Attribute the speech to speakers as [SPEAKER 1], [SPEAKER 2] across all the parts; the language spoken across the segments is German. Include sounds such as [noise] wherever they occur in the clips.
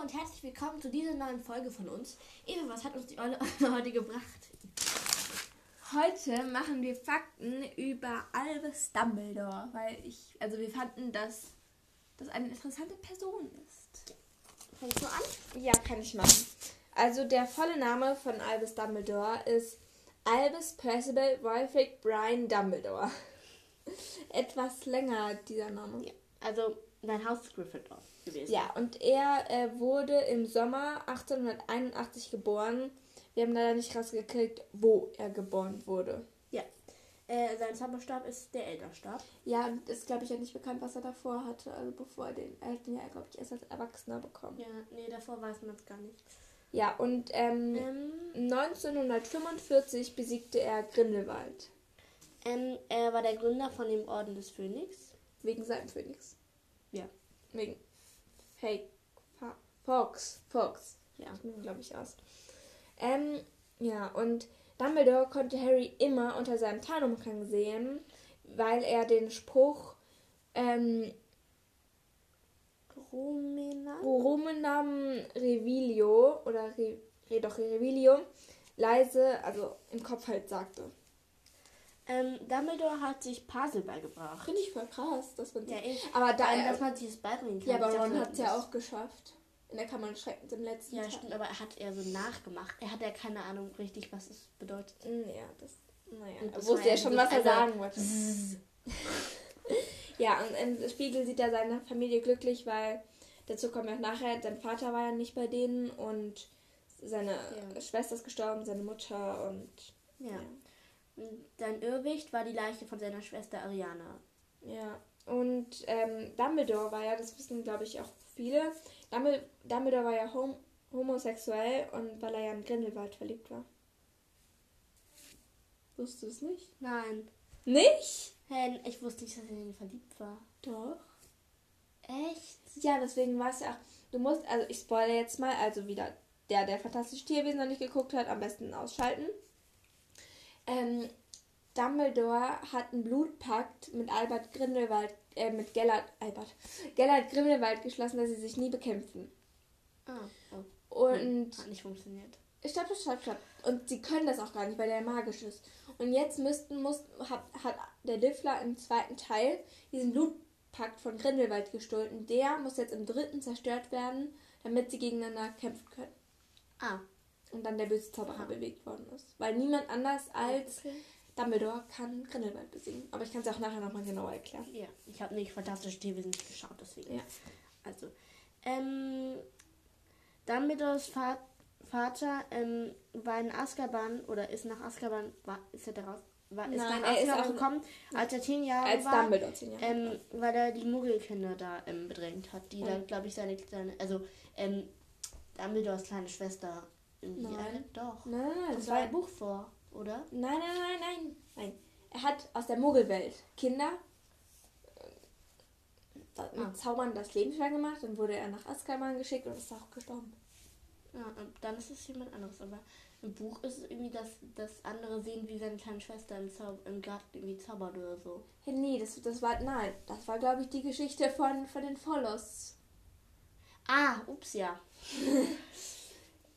[SPEAKER 1] und herzlich willkommen zu dieser neuen Folge von uns. Eva, was hat uns die Olle [laughs] heute gebracht?
[SPEAKER 2] Heute machen wir Fakten über Albus Dumbledore, weil ich, also wir fanden, dass das eine interessante Person ist.
[SPEAKER 1] Fängst du an?
[SPEAKER 3] Ja, kann ich machen. Also der volle Name von Albus Dumbledore ist Albus Percival Wolfric Brian Dumbledore. [laughs] Etwas länger dieser Name.
[SPEAKER 1] Ja. Also, dein Haus ist Gryffindor gewesen.
[SPEAKER 3] Ja, und er äh, wurde im Sommer 1881 geboren. Wir haben leider nicht rausgekriegt, wo er geboren wurde.
[SPEAKER 1] Ja. Äh, sein Zauberstab ist der Elderstab.
[SPEAKER 3] Ja, und ist, glaube ich, ja nicht bekannt, was er davor hatte. Also bevor er den, er hat den ja, glaube ich, erst als Erwachsener bekommen.
[SPEAKER 1] Ja, nee, davor weiß man es gar nicht.
[SPEAKER 3] Ja, und ähm,
[SPEAKER 1] Ähm,
[SPEAKER 3] 1945 besiegte er Grindelwald.
[SPEAKER 1] ähm, er war der Gründer von dem Orden des Phönix.
[SPEAKER 3] Wegen seinem Phönix.
[SPEAKER 1] Ja.
[SPEAKER 3] Wegen Fake. Fa- Fox. Fox. Ja, glaube ich aus. Ähm, ja, und Dumbledore konnte Harry immer unter seinem Tarnumhang sehen, weil er den Spruch ähm,
[SPEAKER 1] Romena?
[SPEAKER 3] Rumenam Revilio oder Re, Re, doch Revilio leise, also im Kopf halt sagte.
[SPEAKER 1] Ähm, Dumbledore hat sich Puzzle beigebracht.
[SPEAKER 3] Finde ich voll krass, dass man
[SPEAKER 1] Ja,
[SPEAKER 3] sich-
[SPEAKER 1] ich.
[SPEAKER 3] Aber
[SPEAKER 1] Vor
[SPEAKER 3] da,
[SPEAKER 1] allem, dass man sich das beibringen kann.
[SPEAKER 3] ja, aber
[SPEAKER 1] ist
[SPEAKER 3] Ron
[SPEAKER 1] voll
[SPEAKER 3] hat es ja
[SPEAKER 1] anders.
[SPEAKER 3] auch geschafft. In der Kammer des Schreckens im letzten
[SPEAKER 1] Ja,
[SPEAKER 3] Teil.
[SPEAKER 1] stimmt, aber er hat er so nachgemacht. Er hat ja keine Ahnung richtig, was es bedeutet.
[SPEAKER 3] Mm, Ja, das. Naja,
[SPEAKER 1] Und das
[SPEAKER 3] er
[SPEAKER 1] war
[SPEAKER 3] wusste
[SPEAKER 1] ja
[SPEAKER 3] ja schon, was er
[SPEAKER 1] also-
[SPEAKER 3] sagen wollte. [laughs] ja, und im Spiegel sieht er seine Familie glücklich, weil dazu kommen wir auch nachher, sein Vater war ja nicht bei denen und seine
[SPEAKER 1] Ja.
[SPEAKER 3] Schwester ist gestorben, seine Mutter und
[SPEAKER 1] Ja.
[SPEAKER 3] Ja.
[SPEAKER 1] Und Sein Irrwicht war die Leiche von seiner Schwester Ariana.
[SPEAKER 3] ja. Und ähm, Dumbledore war ja, das wissen glaube ich auch viele, Dumbledore, Dumbledore war ja hom homosexuell und weil er ja in Grindelwald verliebt war. Wusstest du es nicht?
[SPEAKER 1] Nein.
[SPEAKER 3] Nicht?
[SPEAKER 1] Hey, ich wusste nicht, dass er in ihn verliebt war.
[SPEAKER 3] Doch.
[SPEAKER 1] Echt?
[SPEAKER 3] Ja, deswegen war es ja auch. Du musst, also ich spoilere jetzt mal, also wieder der, der fantastische Tierwesen noch nicht geguckt hat, am besten ausschalten. Ähm, Dumbledore hat einen Blutpakt mit Albert Grindelwald, äh, mit Gellert, Albert, Gellert Grindelwald geschlossen, dass sie sich nie bekämpfen.
[SPEAKER 1] Ah, oh.
[SPEAKER 3] Und
[SPEAKER 1] Hat nicht funktioniert.
[SPEAKER 3] Stopp, stopp, stopp, stopp. Und sie können das auch gar nicht, weil der magisch ist. Und jetzt müssten, muss, hat, hat der Liffler im zweiten Teil diesen Blutpakt von Grindelwald gestohlen. Und Der muss jetzt im dritten zerstört werden, damit sie gegeneinander kämpfen können.
[SPEAKER 1] Ah.
[SPEAKER 3] Und dann der böse Zauberer
[SPEAKER 1] Aha.
[SPEAKER 3] bewegt worden ist. Weil niemand anders als
[SPEAKER 1] Okay.
[SPEAKER 3] Dumbledore kann Grindelwald besiegen. Aber ich kann es auch nachher nochmal genauer erklären.
[SPEAKER 1] Ja. Ich habe nicht fantastische Tierwesen nicht geschaut, deswegen.
[SPEAKER 3] Ja.
[SPEAKER 1] Also. Ähm. Dumbledores Va Vater ähm, war in Azkaban oder ist nach Azkaban, war, ist er daraus, war, ist
[SPEAKER 3] Nein,
[SPEAKER 1] nach
[SPEAKER 3] er ist
[SPEAKER 1] Azkaban
[SPEAKER 3] auch-
[SPEAKER 1] gekommen, als er zehn Jahre
[SPEAKER 3] Als
[SPEAKER 1] war.
[SPEAKER 3] Dumbledore zehn Jahre.
[SPEAKER 1] Ähm, weil er die Muggelkinder da ähm, bedrängt hat, die dann, glaube ich, seine kleine, also ähm, Dumbledores kleine Schwester irgendwie.
[SPEAKER 3] Nein.
[SPEAKER 1] alle- Doch.
[SPEAKER 3] nein, nein, nein,
[SPEAKER 1] Das war ein Buch vor, oder?
[SPEAKER 3] Nein, nein, nein, nein, nein. Er hat aus der Muggelwelt Kinder äh, mit
[SPEAKER 1] Ah.
[SPEAKER 3] Zaubern das Leben schwer gemacht. Dann wurde er nach Azkaban geschickt und ist auch gestorben.
[SPEAKER 1] Ja, und dann ist es jemand anderes, aber im Buch ist es irgendwie, dass, dass andere sehen, wie seine kleine Schwester im, Zau im Garten irgendwie zaubert oder so.
[SPEAKER 3] Hey, nee, das, das war, nein, das war, glaube ich, die Geschichte von, von den Follows.
[SPEAKER 1] Ah, ups, [laughs] ja.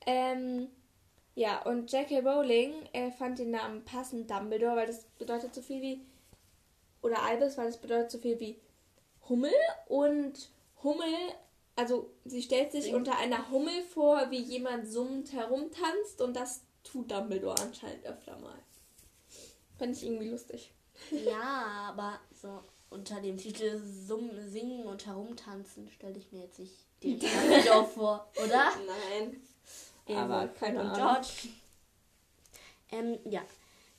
[SPEAKER 3] Ähm, ja, und J.K. Rowling äh, fand den Namen passend Dumbledore, weil das bedeutet so viel wie, oder Albus, weil das bedeutet so viel wie Hummel und Hummel, also sie stellt sich
[SPEAKER 1] Sing-
[SPEAKER 3] unter einer Hummel vor, wie jemand summend herumtanzt und das tut Dumbledore anscheinend öfter mal. Fand ich irgendwie lustig.
[SPEAKER 1] ja, aber so unter dem Titel Summen, Singen und Herumtanzen stelle ich mir jetzt nicht [laughs] den Dumbledore vor, oder?
[SPEAKER 3] Nein.
[SPEAKER 1] Eva,
[SPEAKER 3] Aber keine
[SPEAKER 1] und
[SPEAKER 3] Ahnung.
[SPEAKER 1] George. Ähm, ja.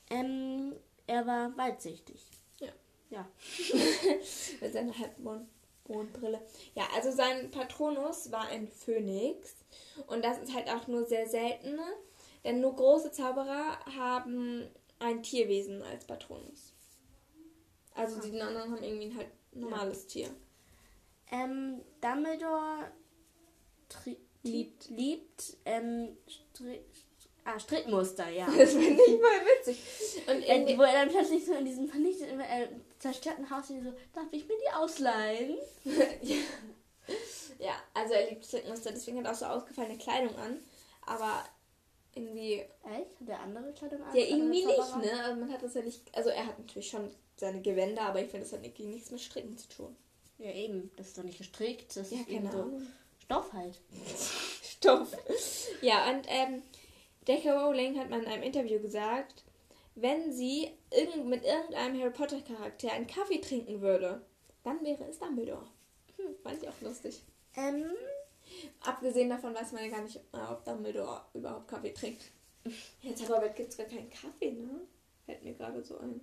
[SPEAKER 1] Ähm, er war weitsichtig.
[SPEAKER 3] Ja.
[SPEAKER 1] Ja.
[SPEAKER 3] Mit seiner Halbmondbrille. Ja, also sein Patronus war ein Phönix. Und das ist halt auch nur sehr selten. Denn nur große Zauberer haben ein Tierwesen als Patronus. Also die anderen haben irgendwie ein halt normales Tier.
[SPEAKER 1] Ähm, Dumbledore tri- liebt, liebt, ähm, stri ah, Strickmuster,
[SPEAKER 3] [laughs]
[SPEAKER 1] ja.
[SPEAKER 3] Das finde ich mal witzig. Und
[SPEAKER 1] Äh,
[SPEAKER 3] in,
[SPEAKER 1] wo er dann plötzlich so in diesem vernichteten, äh, zerstörten Haus steht, so, darf ich mir die ausleihen?
[SPEAKER 3] ja. Ja, also er liebt Strickmuster, deswegen hat er auch so ausgefallene Kleidung an. Aber irgendwie.
[SPEAKER 1] Echt? Hat der andere Kleidung an?
[SPEAKER 3] Ja, irgendwie
[SPEAKER 1] Andere
[SPEAKER 3] nicht,
[SPEAKER 1] Zauberer?
[SPEAKER 3] ne? Also man hat das ja nicht. Also er hat natürlich schon seine Gewänder, aber ich finde, das hat irgendwie nichts mit Stricken zu tun.
[SPEAKER 1] Ja, eben. Das ist doch nicht gestrickt. Das
[SPEAKER 3] Ja,
[SPEAKER 1] ist
[SPEAKER 3] keine
[SPEAKER 1] eben so
[SPEAKER 3] [laughs] Ahnung.
[SPEAKER 1] Stoff halt.
[SPEAKER 3] Stoff. ja, und ähm, J.K. Rowling hat mal in einem Interview gesagt, wenn sie irgend, mit irgendeinem Harry Potter Charakter einen Kaffee trinken würde, dann wäre es Dumbledore. Hm, fand ich auch lustig.
[SPEAKER 1] Ähm,
[SPEAKER 3] Abgesehen davon weiß man ja gar nicht, äh, ob Dumbledore überhaupt Kaffee [laughs] trinkt. Jetzt aber gibt es gar keinen Kaffee, ne? Fällt mir gerade so ein.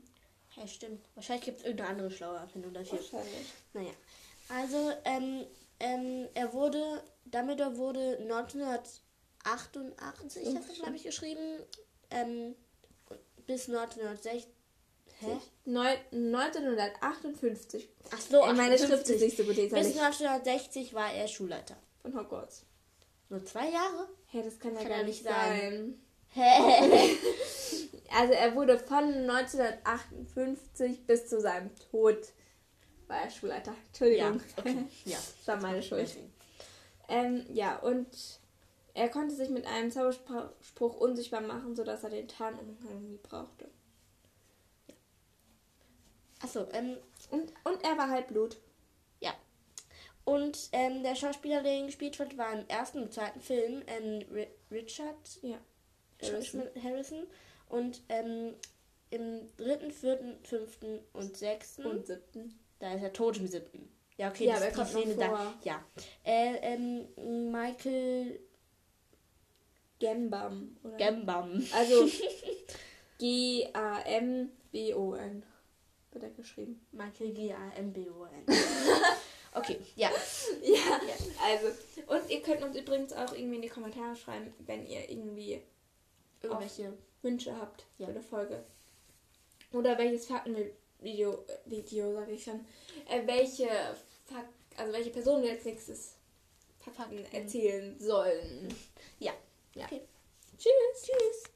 [SPEAKER 1] ja, stimmt. Wahrscheinlich gibt es irgendeine andere schlaue Erfindung dafür.
[SPEAKER 3] Wahrscheinlich.
[SPEAKER 1] Naja. Also, ähm, ähm, er wurde, Dumbledore wurde 1988, hast du, glaube ich, geschrieben, ähm, bis 1960. Hä?
[SPEAKER 3] Neu- 1958.
[SPEAKER 1] Ach so,
[SPEAKER 3] Ey, meine Schrift
[SPEAKER 1] 58.
[SPEAKER 3] ist nicht so gut
[SPEAKER 1] Bis
[SPEAKER 3] leserlich.
[SPEAKER 1] 1960 war er Schulleiter.
[SPEAKER 3] Von Hogwarts.
[SPEAKER 1] Nur zwei
[SPEAKER 3] [laughs]
[SPEAKER 1] Jahre?
[SPEAKER 3] Hä, das kann ja
[SPEAKER 1] Kann
[SPEAKER 3] gar
[SPEAKER 1] ja
[SPEAKER 3] nicht
[SPEAKER 1] nicht
[SPEAKER 3] sein.
[SPEAKER 1] Hä?
[SPEAKER 3] Also er wurde von 1958 bis zu seinem Tod war er Schulleiter.
[SPEAKER 1] ja,
[SPEAKER 3] Entschuldigung,
[SPEAKER 1] okay. Ja.
[SPEAKER 3] [laughs] das war meine Schuld.
[SPEAKER 1] deswegen.
[SPEAKER 3] Ähm, ja, und er konnte sich mit einem Zauberspruch unsichtbar machen, sodass er den Tarnumhang nie brauchte.
[SPEAKER 1] Achso, ähm,
[SPEAKER 3] Und, und er war halt Halbblut.
[SPEAKER 1] Ja. Und ähm, der Schauspieler, der ihn gespielt hat, war im ersten und zweiten Film ähm, Ri- Richard
[SPEAKER 3] Ja.
[SPEAKER 1] Harrison. Harrison. Und ähm, im dritten, vierten, fünften und sechsten.
[SPEAKER 3] Und siebten.
[SPEAKER 1] da ist er tot im siebten. Ja, okay,
[SPEAKER 3] Ja,
[SPEAKER 1] das
[SPEAKER 3] aber
[SPEAKER 1] ist die
[SPEAKER 3] er kommt noch
[SPEAKER 1] Szene da.
[SPEAKER 3] vor.
[SPEAKER 1] Ja. Äh, ähm, Michael
[SPEAKER 3] Gambam. Oder?
[SPEAKER 1] Gambam.
[SPEAKER 3] [laughs] also G-A-M-B-O-N. Wird er geschrieben.
[SPEAKER 1] Michael G-A-M-B-O-N. [laughs] okay, ja.
[SPEAKER 3] [laughs] Ja, also. Und ihr könnt uns übrigens auch irgendwie in die Kommentare schreiben, wenn ihr irgendwie
[SPEAKER 1] Irgendwelche.
[SPEAKER 3] Wünsche habt
[SPEAKER 1] Ja.
[SPEAKER 3] für eine Folge. Oder welches Faktenvideo, äh, Video sag ich schon, äh, welche Fak also welche Personen wir als nächstes Fakten erzählen sollen.
[SPEAKER 1] Ja.
[SPEAKER 3] Ja.
[SPEAKER 1] Okay.
[SPEAKER 3] Tschüss. Tschüss.